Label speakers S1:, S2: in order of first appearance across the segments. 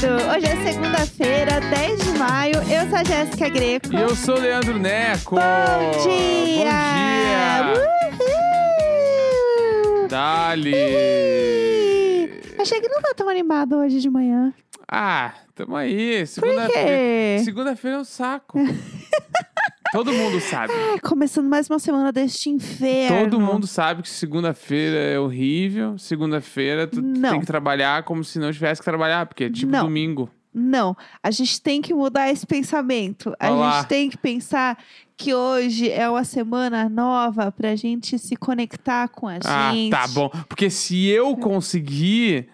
S1: um é segunda-feira, 10 de maio. Eu sou a Jéssica Greco.
S2: E eu sou o Leandro Neco.
S1: Bom
S2: Bom dia.
S1: dia! Uhul!
S2: Dali.
S1: Ih, Achei que não tá tão animado hoje de manhã.
S2: Ah, tamo aí.
S1: Por
S2: Segunda-feira.
S1: quê?
S2: Segunda-feira é um saco. Todo mundo sabe.
S1: Ai, começando mais uma semana deste inferno.
S2: Todo mundo sabe que segunda-feira é horrível. Segunda-feira tu
S1: Não.
S2: tem que trabalhar como se não tivesse que trabalhar, porque é tipo
S1: Não.
S2: domingo.
S1: Não, a gente tem que mudar esse pensamento. A
S2: Olá.
S1: gente tem que pensar que hoje é uma semana nova pra gente se conectar com a
S2: Ah,
S1: gente.
S2: tá bom. Porque se eu conseguir,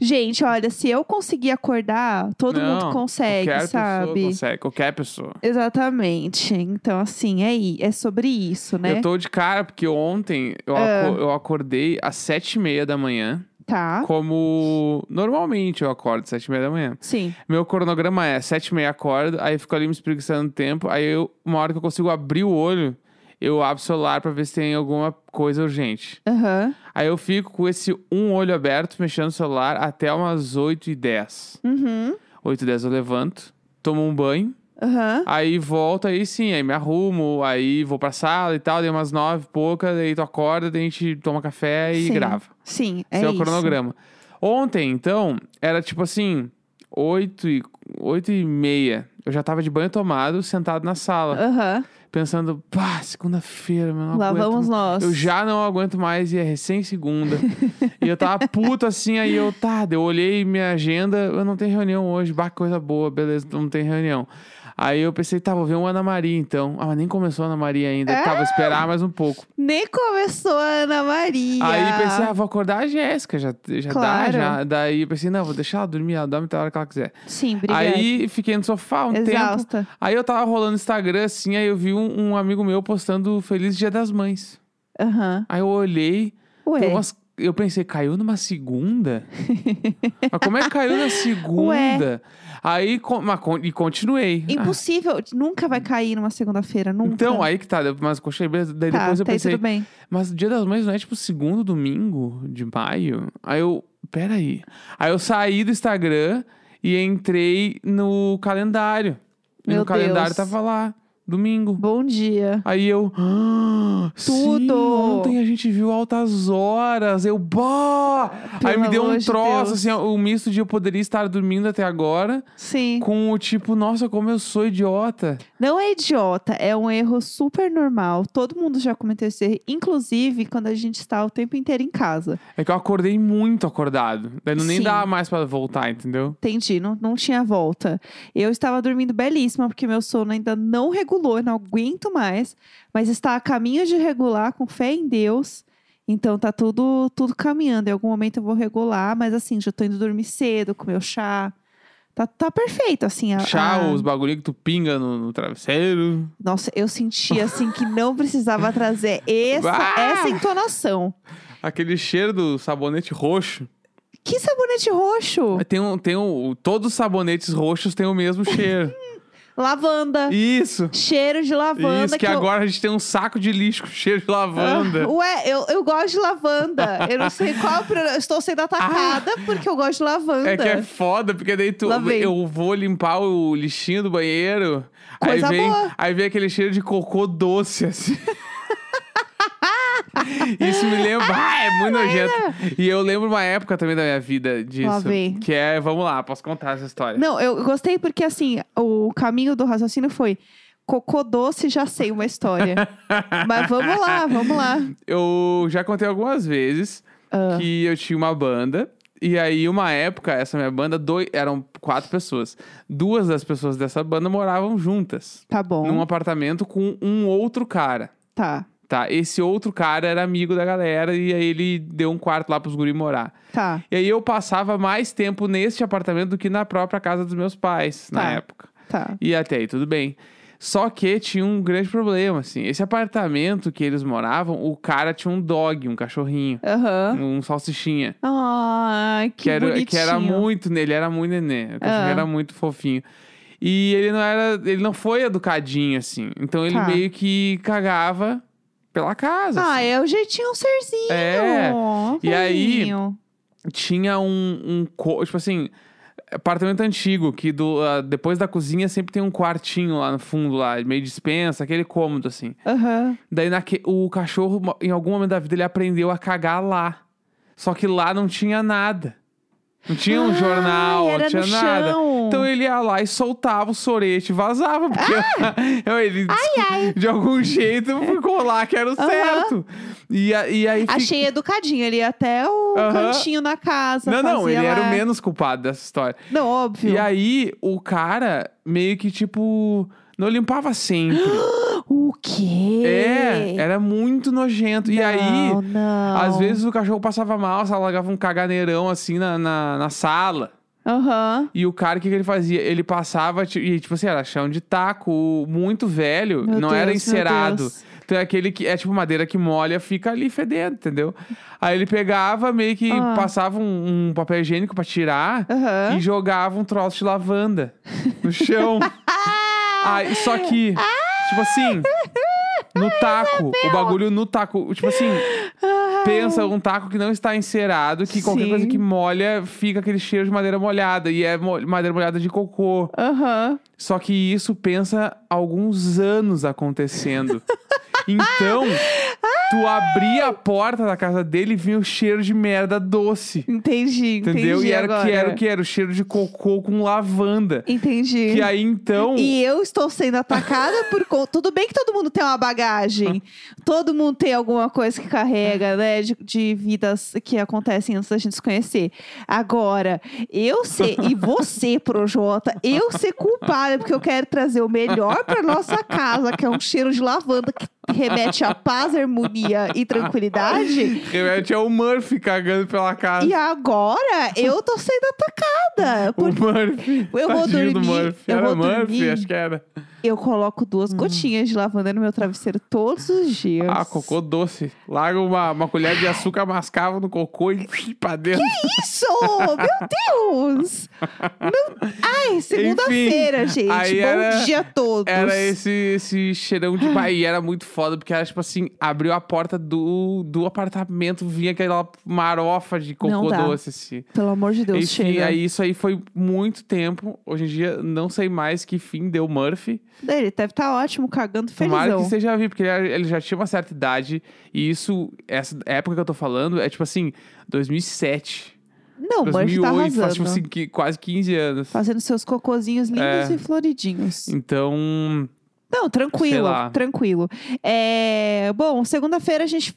S1: Gente, olha, se eu conseguir acordar, todo
S2: Não,
S1: mundo consegue,
S2: qualquer pessoa
S1: sabe?
S2: consegue, qualquer pessoa.
S1: Exatamente. Então, assim, é, i- é sobre isso, né? Ah.
S2: Eu tô de cara, porque ontem eu, aco- eu acordei às sete e meia da manhã,
S1: Tá?
S2: como normalmente eu acordo às sete e meia da manhã.
S1: Sim.
S2: Meu cronograma é sete e meia acordo, aí fico ali me espreguiçando um tempo, aí eu, uma hora que eu consigo abrir o olho, eu abro o celular pra ver se tem alguma coisa urgente.
S1: Aham.
S2: Aí eu fico com esse um olho aberto, mexendo no celular, até umas oito e dez.
S1: Uhum.
S2: Oito e dez eu levanto, tomo um banho,
S1: Aham.
S2: Aí volto, aí sim, aí me arrumo, aí vou pra sala e tal, dei umas nove e pouca, daí tu acorda, daí a gente toma café e
S1: Sim.
S2: grava.
S1: Sim, é
S2: Esse é o
S1: isso.
S2: cronograma. Ontem, então, era tipo assim, oito e, oito e meia. Eu já tava de banho tomado, sentado na sala,
S1: Aham.
S2: pensando, pá, segunda-feira, meu, não
S1: Lá
S2: aguento
S1: vamos nós.
S2: eu já não aguento mais e é recém segunda. e eu tava puto assim, aí eu, tá, eu olhei minha agenda, eu não tenho reunião hoje, bah, coisa boa, beleza, então não tem reunião. Aí eu pensei, tá, vou ver uma Ana Maria então. Ah, mas nem começou a Ana Maria ainda. Tá,
S1: É?
S2: vou esperar mais um pouco.
S1: Nem começou a Ana Maria.
S2: Aí pensei, ah, vou acordar a Jéssica, já, já
S1: Claro.
S2: dá, já. Daí eu pensei, não, vou deixar ela dormir, ela dorme até a hora que ela quiser.
S1: Sim, obrigada.
S2: ah, Aí fiquei no sofá um tempo.
S1: Exausta.
S2: Aí eu tava rolando Instagram assim, aí eu vi um, um amigo meu postando Feliz Dia das Mães.
S1: Aham.
S2: Aí eu olhei,
S1: Ué.
S2: tem umas- eu pensei, caiu numa segunda? mas como é que caiu na segunda? Aí, co- mas con- e continuei.
S1: Impossível. Nunca vai cair numa segunda-feira,
S2: Ah,
S1: nunca.
S2: então, aí que tá, mas eu achei beleza. Daí
S1: tá,
S2: depois eu
S1: tá, aí
S2: pensei,
S1: tudo bem.
S2: mas o dia das mães não é tipo segundo domingo de maio? Aí eu, peraí. Aí eu saí do Instagram e entrei no calendário. E
S1: Meu
S2: no calendário
S1: Deus.
S2: tava lá, domingo.
S1: Bom dia.
S2: Aí eu. "Ah, Sim,
S1: Tudo!
S2: ontem a gente viu altas horas. Eu. Bah! Aí
S1: Pelo
S2: me deu
S1: amor
S2: um
S1: de
S2: troço,
S1: Deus.
S2: assim, ó, um misto de eu poderia estar dormindo até agora.
S1: Sim.
S2: Com o tipo, nossa, como eu sou idiota.
S1: Não é idiota, é um erro super normal. Todo mundo já cometeu esse erro, inclusive quando a gente está o tempo inteiro em casa.
S2: É que eu acordei muito acordado. Daí não nem
S1: Sim.
S2: dá mais pra voltar, entendeu?
S1: Entendi, não, não tinha volta. Eu estava dormindo belíssima, porque meu sono ainda não regulou, eu não aguento mais, mas está a caminho de regular, com fé em Deus. Então tá tudo, tudo caminhando. Em algum momento eu vou regular, mas assim, já tô indo dormir cedo, comer o chá. Tá, tá perfeito, assim. A,
S2: Chá,
S1: a-
S2: os bagulho que tu pinga no, no travesseiro.
S1: Nossa, eu senti assim que não precisava trazer essa,
S2: Bah!
S1: essa entonação.
S2: Aquele cheiro do sabonete roxo.
S1: Que sabonete roxo?
S2: Tem um, tem um, todos os sabonetes roxos têm o mesmo cheiro.
S1: Lavanda.
S2: Isso.
S1: Cheiro de lavanda.
S2: Isso, que,
S1: eu-
S2: agora a gente tem um saco de lixo com cheiro de lavanda.
S1: Ah, ué, eu, eu gosto de lavanda. eu não sei qual. é o problema. Eu estou sendo atacada porque eu gosto de lavanda.
S2: Ah. É que é foda, porque daí tu,
S1: Lá vem.
S2: eu vou limpar o lixinho do banheiro.
S1: Coisa
S2: aí vem,
S1: boa.
S2: aí vem aquele cheiro de cocô doce assim. Isso me lembra, ah, é muito nojento. E eu lembro uma época também da minha vida disso,
S1: vem.
S2: que é, vamos lá, posso contar essa história.
S1: Não, eu gostei porque assim, o caminho do raciocínio foi. Cocô doce, já sei uma história. Mas vamos lá, vamos lá.
S2: Eu já contei algumas vezes
S1: Ah.
S2: que eu tinha uma banda. E aí, uma época, essa minha banda, dois, eram quatro pessoas. Duas das pessoas dessa banda moravam juntas.
S1: Tá bom.
S2: Num apartamento com um outro cara.
S1: Tá,
S2: Tá, esse outro cara era amigo da galera e aí ele deu um quarto lá pros guri morar.
S1: tá.
S2: E aí eu passava mais tempo neste apartamento do que na própria casa dos meus pais, na
S1: Tá.
S2: época.
S1: Tá.
S2: E até aí, tudo bem. Só que tinha um grande problema, assim. Esse apartamento que eles moravam, o cara tinha um dog, um cachorrinho,
S1: Aham.
S2: um salsichinha.
S1: Ai, que,
S2: Que era,
S1: bonitinho.
S2: que era muito nele, era muito nenê. O cachorro
S1: Ah.
S2: era muito fofinho. E ele não era. Ele não foi educadinho, assim. Então ele
S1: Tá.
S2: meio que cagava pela casa.
S1: Ah,
S2: assim.
S1: é o jeitinho serzinho.
S2: É. E aí,
S1: fofinho. é.
S2: Tinha um, um. co- Tipo assim. apartamento antigo, que do, ah, depois da cozinha sempre tem um quartinho lá no fundo, lá, meio dispensa, aquele cômodo, assim.
S1: Aham.
S2: Daí naque- o cachorro, mo- em algum momento da vida, ele aprendeu a cagar lá. Só que lá não tinha nada. Não tinha um
S1: Ah,
S2: jornal,
S1: era
S2: não
S1: no
S2: tinha nada.
S1: chão.
S2: Então ele ia lá e soltava o sorete e vazava. Porque
S1: Ah!
S2: ele, de algum jeito, ficou lá que era o
S1: Aham.
S2: certo. E, a- e aí fica-
S1: Achei educadinho, ele ia até o
S2: Aham.
S1: cantinho na casa.
S2: Não, não,
S1: fazia
S2: ele era
S1: lá.
S2: o menos culpado dessa história.
S1: Não, óbvio.
S2: E aí, o cara meio que, tipo, não limpava sempre.
S1: O quê?
S2: é, era muito nojento. e aí,
S1: Não, não.
S2: Às vezes o cachorro passava mal, se alagava um caganeirão assim na, na, na sala.
S1: Aham.
S2: E o cara, o que, que ele fazia? Ele passava, ti- e tipo assim, era chão de taco, muito velho,
S1: Meu
S2: não
S1: Deus,
S2: era
S1: meu
S2: encerado.
S1: Deus.
S2: Então é aquele que é tipo madeira que molha, fica ali fedendo, entendeu? Aí ele pegava, meio que
S1: Ah.
S2: passava um, um papel higiênico pra tirar
S1: Aham.
S2: e jogava um troço de lavanda no chão. Ai, só que, tipo assim, no taco, o bagulho no taco, tipo assim, pensa um taco que não está encerado, que qualquer
S1: Sim.
S2: coisa que molha, fica aquele cheiro de madeira molhada, e é mo- madeira molhada de cocô.
S1: Aham.
S2: Só que isso pensa alguns anos acontecendo. então, tu abria a porta da casa dele e vinha o cheiro de merda doce.
S1: Entendi,
S2: Entendeu?
S1: entendi
S2: E era o que
S1: agora.
S2: era o que era, o cheiro de cocô com lavanda.
S1: Entendi.
S2: Que aí então.
S1: E eu estou sendo atacada por conta. Tudo bem que todo mundo tem uma bagagem. Todo mundo tem alguma coisa que carrega, né? De, de vidas que acontecem antes da gente se conhecer. Agora, eu ser, e você, Projota, eu ser culpada, porque eu quero trazer o melhor para nossa casa, que é um cheiro de lavanda que remete a paz, harmonia e tranquilidade.
S2: Eu tinha o Murphy cagando pela casa.
S1: E agora eu tô sendo atacada.
S2: O
S1: Por
S2: Murphy.
S1: Eu vou
S2: Tadinho do
S1: dormir,
S2: Murphy.
S1: eu
S2: era
S1: vou
S2: Murphy,
S1: dormir.
S2: acho que era.
S1: Eu coloco duas gotinhas de lavanda no meu travesseiro todos os dias.
S2: Ah, cocô doce. Larga uma, uma colher de açúcar, mascava no cocô e pra dentro.
S1: Isso! Meu Deus! Meu- Ai, segunda-feira,
S2: Enfim,
S1: gente.
S2: aí
S1: Bom
S2: era-
S1: dia a todos.
S2: Era esse, esse cheirão
S1: Ah.
S2: de Bahia, era muito foda, porque era tipo assim, abriu a porta do, do apartamento, vinha aquela marofa de
S1: Não
S2: cocô
S1: dá.
S2: doce, assim.
S1: Pelo amor de Deus,
S2: Enfim,
S1: chega.
S2: aí isso aí foi muito tempo. Hoje em dia, não sei mais que fim deu Murphy.
S1: Ele deve estar ótimo, cagando
S2: Tomara que
S1: felizão.
S2: esteja vivo, porque ele, era- ele já tinha uma certa idade. E isso, essa época que eu tô falando, é tipo assim, 2007,
S1: Não, o Murphy tá
S2: 2008.
S1: arrasando.
S2: faz tipo assim, que- quase 15 anos.
S1: Fazendo seus cocôzinhos lindos
S2: É.
S1: e floridinhos.
S2: Então,
S1: Não,
S2: Sei
S1: tranquilo,
S2: lá.
S1: tranquilo. É, bom, segunda-feira a gente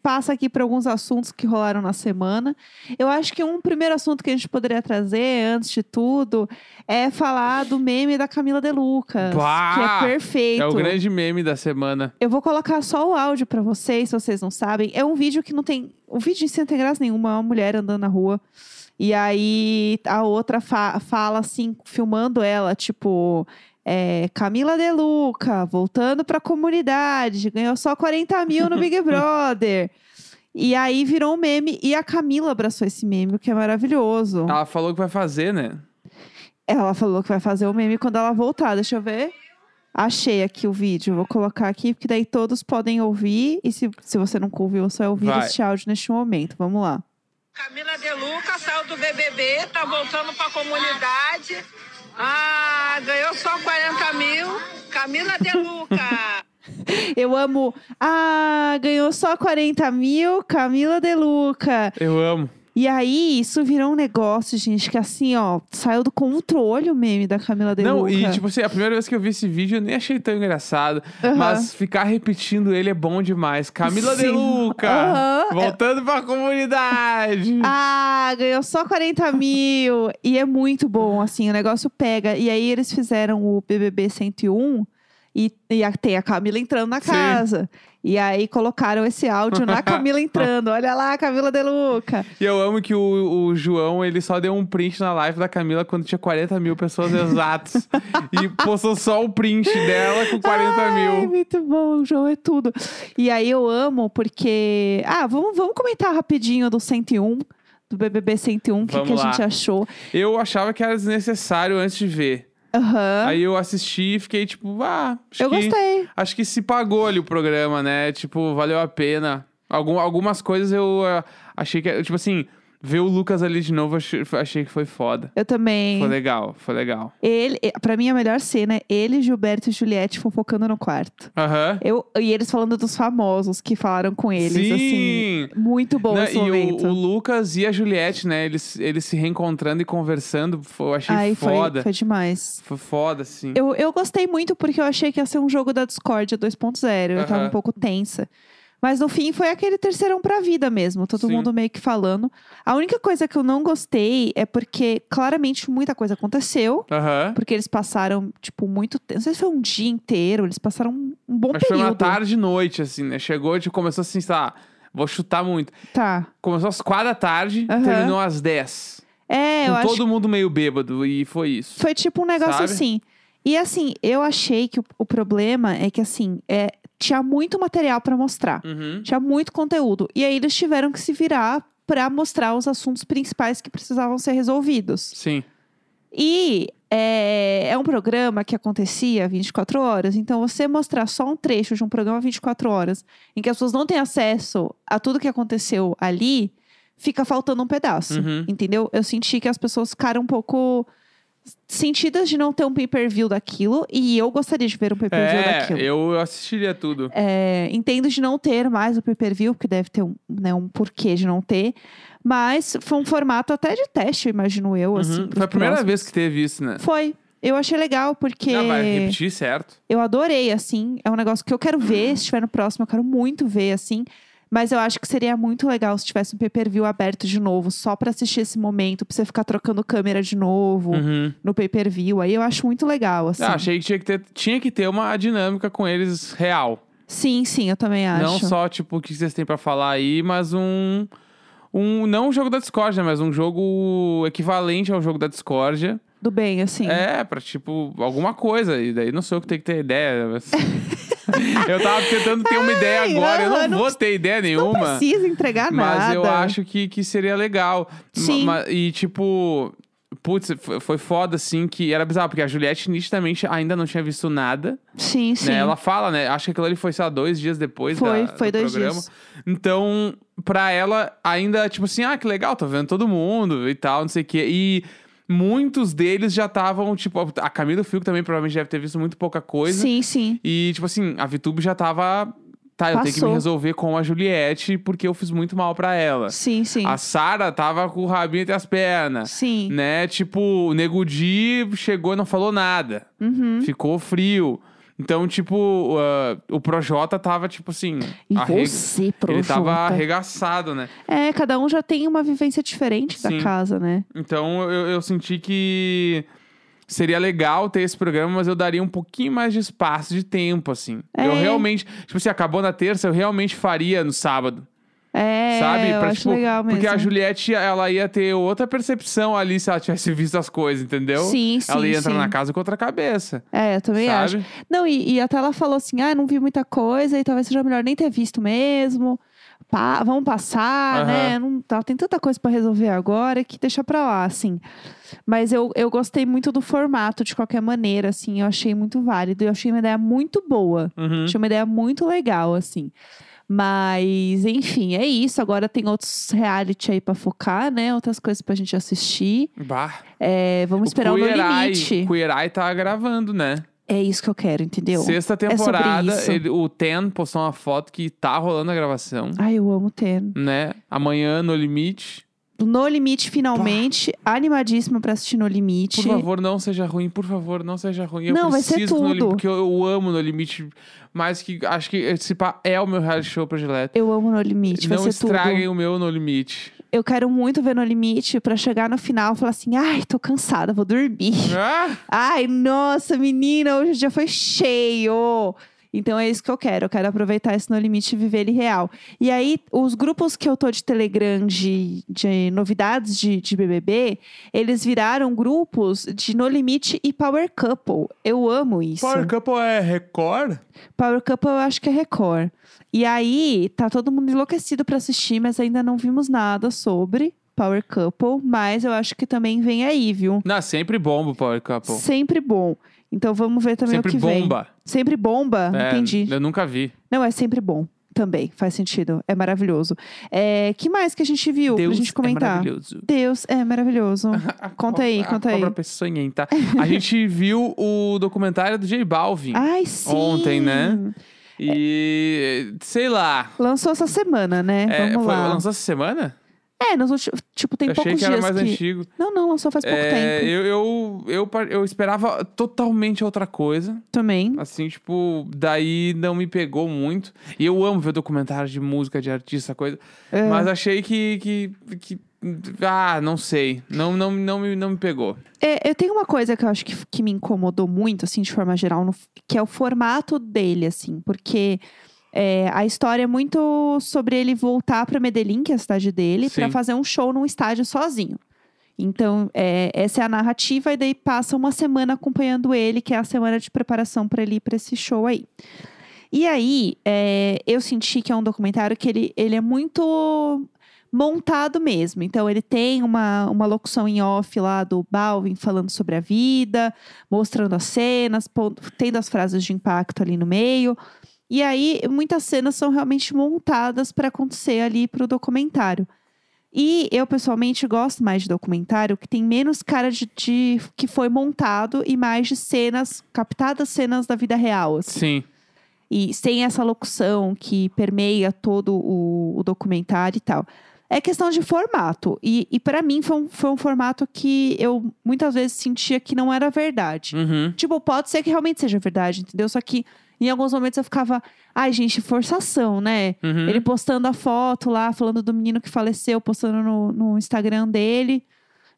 S1: passa aqui para alguns assuntos que rolaram na semana. Eu acho que um primeiro assunto que a gente poderia trazer, antes de tudo, é falar do meme da Camila De Lucas,
S2: Bah!
S1: que é perfeito.
S2: é o grande meme da semana.
S1: Eu vou colocar só o áudio para vocês, se vocês não sabem. É um vídeo que não tem. O vídeo em si não tem graça nenhuma, é uma mulher andando na rua. E aí a outra fa- fala assim, filmando ela, tipo. é, Camila De Luca, voltando pra comunidade, ganhou só 40 mil no Big Brother. E aí virou um meme e a Camila abraçou esse meme, o que é maravilhoso.
S2: Ela falou que vai fazer, né?
S1: Ela falou que vai fazer o meme quando ela voltar. Deixa eu ver. Achei aqui o vídeo. Vou colocar aqui, porque daí todos podem ouvir. E se, se você nunca ouviu, só é ouvir
S2: Vai.
S1: este áudio neste momento. Vamos lá.
S3: Camila De Luca saiu do BBB, tá voltando pra comunidade. Ah, ganhou só 40 mil. Camila De Luca.
S1: Eu amo. Ah, ganhou só 40 mil, Camila De Luca.
S2: Eu amo.
S1: E aí, isso virou um negócio, gente, que assim, ó, saiu do controle o meme da Camila De
S2: não,
S1: Luca.
S2: e tipo assim, a primeira vez que eu vi esse vídeo, eu nem achei tão engraçado.
S1: Aham.
S2: Mas ficar repetindo ele é bom demais. Camila De
S1: Sim.
S2: Luca,
S1: Aham.
S2: voltando pra comunidade.
S1: Ah, ganhou só 40 mil. E é muito bom, assim, o negócio pega. E aí eles fizeram o BBB 101 e, e a- tem a Camila entrando na
S2: Sim.
S1: casa. E aí colocaram esse áudio na Camila entrando. Olha lá, Camila De Luca.
S2: E eu amo que o, o João, ele só deu um print na live da Camila quando tinha 40 mil pessoas exatos. e postou só o print dela com 40
S1: Ai,
S2: mil.
S1: muito bom, o João é tudo. E aí eu amo porque... Ah, vamos, vamos comentar rapidinho do 101. Do BBB 101, o que,
S2: Vamos
S1: que a
S2: lá.
S1: gente achou.
S2: Eu achava que era desnecessário antes de ver.
S1: Aham,
S2: Aí eu assisti e fiquei tipo, ah, acho
S1: eu
S2: que,
S1: gostei.
S2: acho que se pagou ali o programa, né? Tipo, valeu a pena. Algum, algumas coisas eu ah, eh, achei que, tipo assim, Ver o Lucas ali de novo, ach- achei que foi foda.
S1: Eu também.
S2: Foi legal, foi legal.
S1: Ele, pra mim, a melhor cena é ele, Gilberto e Juliette fofocando no quarto.
S2: Aham.
S1: Eu, e eles falando dos famosos que falaram com eles, assim.
S2: Sim!
S1: Muito bom
S2: Não,
S1: esse
S2: e
S1: momento.
S2: o, o Lucas e a Juliette, né? Eles, eles se reencontrando e conversando. foi- Eu achei
S1: Ai, foi,
S2: foda.
S1: foi demais.
S2: Foi foda, assim.
S1: Eu, eu gostei muito porque eu achei que ia ser um jogo da Discord 2.0. Eu tava
S2: Aham.
S1: um pouco tensa. Mas no fim foi aquele terceirão pra vida mesmo, todo
S2: Sim.
S1: mundo meio que falando. A única coisa que eu não gostei é porque claramente muita coisa aconteceu.
S2: Aham.
S1: Porque eles passaram, tipo, muito tempo. Não sei se foi um dia inteiro, eles passaram um um bom
S2: Acho que foi
S1: período.
S2: uma tarde e noite, assim, né? Chegou, tipo, começou assim, sei lá, vou chutar muito.
S1: Tá.
S2: Começou às quatro da tarde,
S1: Aham.
S2: terminou às dez.
S1: É, eu
S2: com
S1: acho
S2: todo mundo meio bêbado, e foi isso.
S1: Foi tipo um negócio
S2: Sabe?
S1: assim. E assim, eu achei que o, o problema é que assim, é, tinha muito material pra mostrar.
S2: Uhum.
S1: Tinha muito conteúdo. E aí eles tiveram que se virar pra mostrar os assuntos principais que precisavam ser resolvidos.
S2: Sim.
S1: E é, é um programa que acontecia 24 horas. Então, você mostrar só um trecho de um programa 24 horas, em que as pessoas não têm acesso a tudo que aconteceu ali, fica faltando um pedaço.
S2: Uhum.
S1: Entendeu? Eu senti que as pessoas ficaram um pouco sentidas de não ter um pay-per-view daquilo. E eu gostaria de ver um pay-per-view
S2: É,
S1: daquilo.
S2: eu assistiria tudo.
S1: É, entendo de não ter mais o pay-per-view, porque deve ter um, né, um porquê de não ter. Mas foi um formato até de teste, imagino eu.
S2: Uhum.
S1: Assim, pros
S2: Foi a primeira
S1: próximos.
S2: vez que teve isso, né?
S1: Foi. Eu achei legal, porque
S2: Ah, vai repetir, certo?
S1: eu adorei, assim. É um negócio que eu quero ver, se tiver no próximo, eu quero muito ver, assim. Mas eu acho que seria muito legal se tivesse um pay-per-view aberto de novo, só pra assistir esse momento, pra você ficar trocando câmera de novo
S2: Uhum.
S1: no pay-per-view. Aí eu acho muito legal, assim.
S2: Ah, achei que tinha que, ter, tinha que ter uma dinâmica com eles real.
S1: Sim, sim, eu também acho.
S2: Não só, tipo, o que vocês têm pra falar aí, mas um. um não um jogo da discórdia, mas um jogo equivalente ao jogo da discórdia.
S1: Do bem, assim.
S2: É, pra, tipo, alguma coisa. E daí não sou eu que tenho que ter ideia. mas- eu tava tentando ter uma ideia
S1: Ai,
S2: agora. Eu
S1: aham,
S2: não,
S1: não
S2: vou ter ideia
S1: Não
S2: nenhuma.
S1: precisa entregar
S2: mas
S1: nada.
S2: eu acho que, que seria legal. Ma-
S1: Sim.
S2: ma- e, tipo. Putz, f- foi foda, assim, que era bizarro, porque a Juliette nitidamente ainda não tinha visto nada.
S1: Sim, sim.
S2: Né? Ela fala, né? Acho que aquilo ali foi, sei lá, dois dias depois
S1: Foi,
S2: da,
S1: foi
S2: do
S1: dois
S2: programa.
S1: dias.
S2: Então, pra ela, ainda, tipo assim, ah, que legal, tô vendo todo mundo e tal, não sei o quê. E muitos deles já estavam, tipo, a Camila Fiuk também provavelmente deve ter visto muito pouca coisa.
S1: Sim, sim.
S2: E, tipo assim, a Vitube já tava. Tá, eu tenho que me
S1: Passou.
S2: resolver com a Juliette porque eu fiz muito mal pra ela.
S1: Sim, sim.
S2: A Sara tava com o rabinho entre as pernas.
S1: Sim.
S2: Né? Tipo, o Nego Di chegou e não falou nada.
S1: Uhum.
S2: Ficou frio. Então, tipo, ah, o Projota tava, tipo assim.
S1: E
S2: arre-
S1: você,
S2: Ele
S1: Projota?
S2: tava arregaçado, né?
S1: É, cada um já tem uma vivência diferente
S2: Sim.
S1: da casa, né?
S2: Então eu, eu senti que seria legal ter esse programa, mas eu daria um pouquinho mais de espaço, de tempo, assim.
S1: É.
S2: Eu realmente. Tipo assim, acabou na terça, eu realmente faria no sábado.
S1: É,
S2: sabe?
S1: eu
S2: Pra,
S1: acho
S2: tipo,
S1: legal mesmo.
S2: Porque a Juliette, ela ia ter outra percepção ali se ela tivesse visto as coisas, entendeu?
S1: Sim, sim,
S2: Ela ia entrar
S1: sim.
S2: na casa com outra cabeça.
S1: É, eu também acho.
S2: sabe?
S1: Não, e, e até ela falou assim, ah, não vi muita coisa e talvez seja melhor nem ter visto mesmo. Pá, vamos passar,
S2: Aham.
S1: né? Não, tá, tem tanta coisa pra resolver agora que deixa pra lá, assim. Mas eu, eu gostei muito do formato, de qualquer maneira, assim. Eu achei muito válido. Eu achei uma ideia muito boa.
S2: Uhum.
S1: Achei uma ideia muito legal, assim. Mas, enfim, é isso. Agora tem outros reality aí pra focar, né? Outras coisas pra gente assistir.
S2: Bah.
S1: É, vamos esperar o No
S2: Queer Eye-
S1: Limite.
S2: Queer Eye tá gravando, né?
S1: É isso que eu quero, entendeu?
S2: Sexta
S1: É sobre
S2: temporada,
S1: isso.
S2: ele- o Ten postou uma foto que tá rolando a gravação,
S1: Ai, eu amo Ten.
S2: né? Amanhã, no limite.
S1: No Limite, finalmente. Animadíssima pra assistir No Limite.
S2: Por favor, não seja ruim, por favor, não seja ruim. Eu
S1: Não, vai
S2: preciso
S1: ser
S2: do No Limite,
S1: tudo.
S2: porque eu, eu amo No Limite, mas que acho que esse pá é o meu reality show predileto.
S1: Eu amo No Limite, vai
S2: não
S1: ser
S2: estraguem
S1: tudo.
S2: o meu No Limite.
S1: Eu quero muito ver No Limite pra chegar no final e falar assim: ai, tô cansada, vou dormir.
S2: Ah!
S1: Ai, nossa, menina, hoje o dia foi cheio. Então é isso que eu quero. Eu quero aproveitar esse No Limite e viver ele real. E aí, os grupos que eu tô de Telegram de, de novidades de, de BBB, eles viraram grupos de No Limite e Power Couple. Eu amo isso.
S2: Power Couple é Record?
S1: Power Couple eu acho que é Record. E aí, tá todo mundo enlouquecido pra assistir, mas ainda não vimos nada sobre Power Couple. Mas eu acho que também vem aí, viu?
S2: Não, sempre bomba o Power Couple.
S1: Sempre bom. Então vamos ver também
S2: sempre
S1: o que vem.
S2: bomba.
S1: Sempre bomba?
S2: É,
S1: Entendi.
S2: Eu nunca vi.
S1: Não, é sempre bom. Também, faz sentido. É maravilhoso. É, que mais que a gente viu pra
S2: Deus
S1: gente
S2: é
S1: comentar?
S2: maravilhoso.
S1: Deus é maravilhoso.
S2: A
S1: Conta aí,
S2: cobra-
S1: conta
S2: A
S1: aí.
S2: cobra peçonhenta. A gente viu o documentário do J Balvin.
S1: Ai, sim.
S2: Ontem, né? E, sei lá.
S1: Lançou essa semana, né?
S2: É,
S1: Vamos
S2: foi,
S1: lá.
S2: lançou essa semana?
S1: É, nos últimos, tipo, tem
S2: eu achei
S1: poucos
S2: que era
S1: dias
S2: mais
S1: que...
S2: antigo.
S1: Não, não, lançou faz pouco
S2: É,
S1: tempo.
S2: eu, eu, eu, par- eu esperava totalmente outra coisa.
S1: Também.
S2: Assim, tipo, daí não me pegou muito. E eu amo ver documentários de música, de artista, coisa.
S1: É.
S2: Mas achei que, que, que- Ah, não sei. Não, não, não, me, não me pegou.
S1: É, eu tenho uma coisa que eu acho que, que me incomodou muito, assim, de forma geral, no- que é o formato dele, assim, porque é, a história é muito sobre ele voltar para Medellín, que é a cidade dele, para
S2: Sim.
S1: fazer um show num estádio sozinho. Então, é, essa é a narrativa, e daí passa uma semana acompanhando ele, que é a semana de preparação para ele ir pra esse show aí. E aí, é, eu senti que é um documentário que ele, ele é muito montado mesmo. Então, ele tem uma, uma locução em off lá do Balvin falando sobre a vida, mostrando as cenas, pon- tendo as frases de impacto ali no meio. E aí, muitas cenas são realmente montadas para acontecer ali pro documentário. E eu, pessoalmente, gosto mais de documentário que tem menos cara de, de que foi montado e mais de cenas, captadas cenas da vida real. assim.
S2: Sim.
S1: E sem essa locução que permeia todo o, o documentário e tal. É questão de formato. E, e para mim foi um, foi um formato que eu muitas vezes sentia que não era verdade.
S2: Uhum.
S1: Tipo, pode ser que realmente seja verdade, entendeu? Só que em alguns momentos eu ficava, ai gente, forçação, né?
S2: Uhum.
S1: Ele postando a foto lá, falando do menino que faleceu, postando no, no Instagram dele.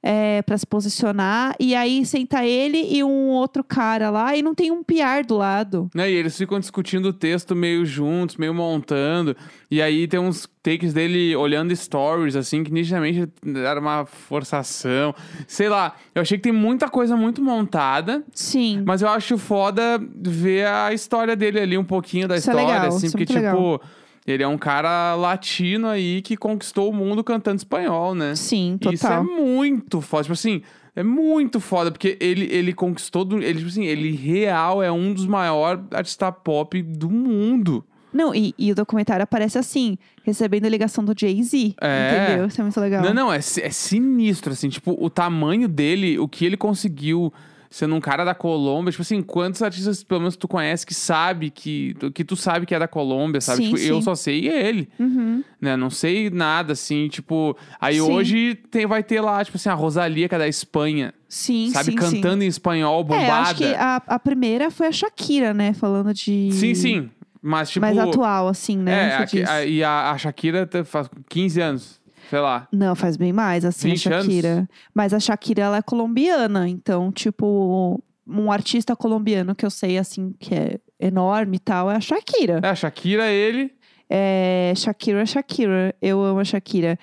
S1: É, para se posicionar. E aí senta ele e um outro cara lá. E não tem um PR do lado.
S2: Né, e eles ficam discutindo o texto meio juntos, meio montando. E aí tem uns takes dele olhando stories, assim, que nitidamente era uma forçação. Sei lá, eu achei que tem muita coisa muito montada.
S1: Sim.
S2: Mas eu acho foda ver a história dele ali, um pouquinho da
S1: Isso é
S2: história,
S1: legal,
S2: assim,
S1: isso é
S2: porque,
S1: muito
S2: tipo, ele é um cara latino aí que conquistou o mundo cantando espanhol, né?
S1: Sim,
S2: E
S1: total.
S2: Isso é muito foda. Tipo assim, é muito foda, porque ele, ele conquistou. do- Ele, tipo assim, ele real é um dos maiores artistas pop do mundo.
S1: Não, e, e o documentário aparece assim, recebendo a ligação do Jay-Z.
S2: É.
S1: Entendeu? Isso é muito legal.
S2: Não, não, é, si- é sinistro, assim, tipo, o tamanho dele, o que ele conseguiu. Sendo um cara da Colômbia, tipo assim, quantos artistas, pelo menos, tu conhece que sabe que. que tu sabe que é da Colômbia, sabe?
S1: Sim,
S2: tipo, eu
S1: sim.
S2: só sei ele.
S1: Uhum.
S2: né? Não sei nada, assim, tipo. Aí
S1: Sim.
S2: hoje tem, vai ter lá, tipo assim, a Rosalia, que é da Espanha,
S1: Sim,
S2: sabe?
S1: sim,
S2: Cantando em espanhol,
S1: sim.
S2: bombada.
S1: É, acho que a, a primeira foi a Shakira, né? Falando de...
S2: Sim, sim. Mas, tipo.
S1: Mais atual, assim, né?
S2: É,
S1: Você
S2: a-
S1: diz.
S2: a- e a, a Shakira tá- faz 15 anos, sei lá.
S1: Não, faz bem mais, assim, a
S2: 20 anos?
S1: Shakira. Mas a Shakira, ela é colombiana. Então, tipo, um artista colombiano que eu sei, assim, que é enorme e tal, é a Shakira.
S2: É, a Shakira, ele.
S1: É, Shakira, Shakira. Eu amo a Shakira.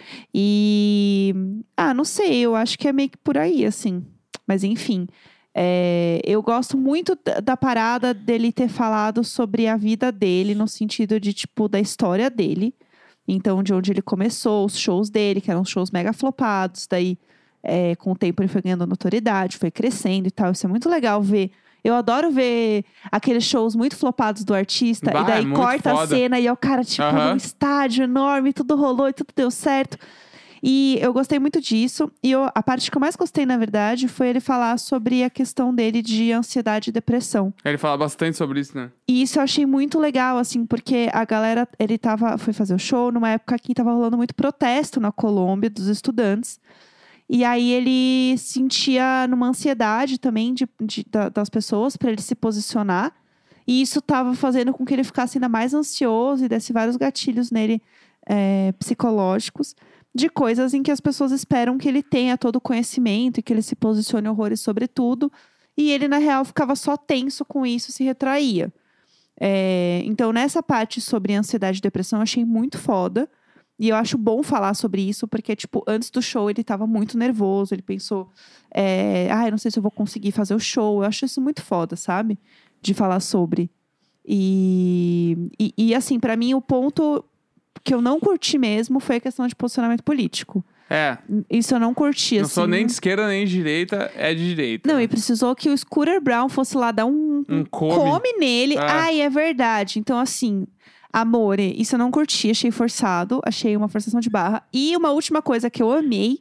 S1: E. Ah, não sei, eu acho que é meio que por aí, assim. Mas enfim. É, eu gosto muito da, da parada dele ter falado sobre a vida dele, no sentido de, tipo, da história dele. Então, de onde ele começou, os shows dele, que eram shows mega flopados. Daí, é, com o tempo, ele foi ganhando notoriedade, foi crescendo e tal. Isso é muito legal ver. Eu adoro ver aqueles shows muito flopados do artista.
S2: Bah,
S1: e
S2: é
S1: daí
S2: muito
S1: corta a
S2: foda.
S1: cena e é o cara, tipo,
S2: Aham.
S1: num estádio enorme, tudo rolou e tudo deu certo. E eu gostei muito disso. E eu- a parte que eu mais gostei, na verdade, foi ele falar sobre a questão dele de ansiedade e depressão.
S2: Ele fala bastante sobre isso, né?
S1: E isso eu achei muito legal, assim, porque a galera, ele tava, foi fazer o show numa época que tava rolando muito protesto na Colômbia dos estudantes. E aí ele sentia numa ansiedade também de, de- da- das pessoas para ele se posicionar. E isso tava fazendo com que ele ficasse ainda mais ansioso e desse vários gatilhos nele é, psicológicos de coisas em que as pessoas esperam que ele tenha todo o conhecimento e que ele se posicione horrores sobre tudo. E ele, na real, ficava só tenso com isso, se retraía. É, então, nessa parte sobre ansiedade e depressão, eu achei muito foda. E eu acho bom falar sobre isso, porque, tipo, antes do show ele tava muito nervoso, ele pensou, é, ah, eu não sei se eu vou conseguir fazer o show. Eu acho isso muito foda, sabe? De falar sobre. E, e, e, assim, pra mim, o ponto que eu não curti mesmo foi a questão de posicionamento político.
S2: É.
S1: Isso eu não curti,
S2: não
S1: assim.
S2: sou nem de esquerda nem de direita, é de direita.
S1: Não, e precisou que o Scooter Brown fosse lá dar um,
S2: Um come.
S1: come nele.
S2: É.
S1: Ai, é verdade. Então, assim, Amore, isso eu não curti, achei forçado, achei uma forçação de barra. E uma última coisa que eu amei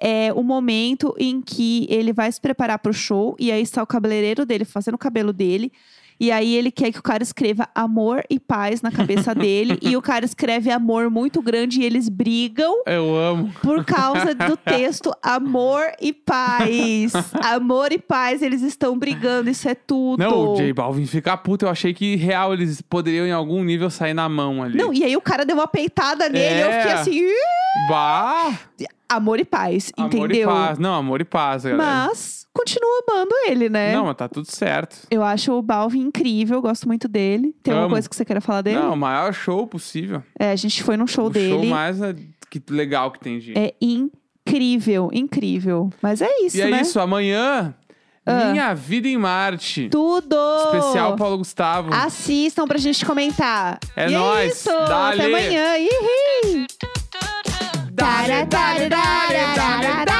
S1: é o momento em que ele vai se preparar pro show e aí está o cabeleireiro dele fazendo o cabelo dele. E aí ele quer que o cara escreva amor e paz na cabeça dele. e o cara escreve amor muito grande e eles brigam
S2: Eu amo.
S1: por causa do texto amor e paz. Amor e paz, eles estão brigando, isso é tudo.
S2: Não, o J Balvin fica puto. Eu achei que, real, eles poderiam, em algum nível, sair na mão ali.
S1: Não, e aí o cara deu uma peitada nele, eu
S2: É.
S1: fiquei assim, "Ih,
S2: Bah!
S1: amor e paz,
S2: Amor e
S1: entendeu?
S2: paz. Não, amor e paz, galera.
S1: Mas continua amando ele, né?
S2: Não, mas tá tudo certo.
S1: Eu acho o Balvin incrível, gosto muito dele. Tem alguma
S2: Amo.
S1: coisa que você queira falar dele?
S2: Não, o maior show possível.
S1: É, a gente foi num show
S2: o
S1: dele.
S2: show mais eh, que legal que tem, gente.
S1: É incrível, incrível. Mas é isso,
S2: e é
S1: né?
S2: isso, amanhã,
S1: Ah.
S2: Minha Vida em Marte.
S1: Tudo!
S2: Especial Paulo Gustavo.
S1: Assistam pra gente comentar.
S2: É
S1: e É
S2: nóis,
S1: isso!
S2: dale.
S1: Até amanhã! Ih!
S2: Dale, dale, dale, dale, dale.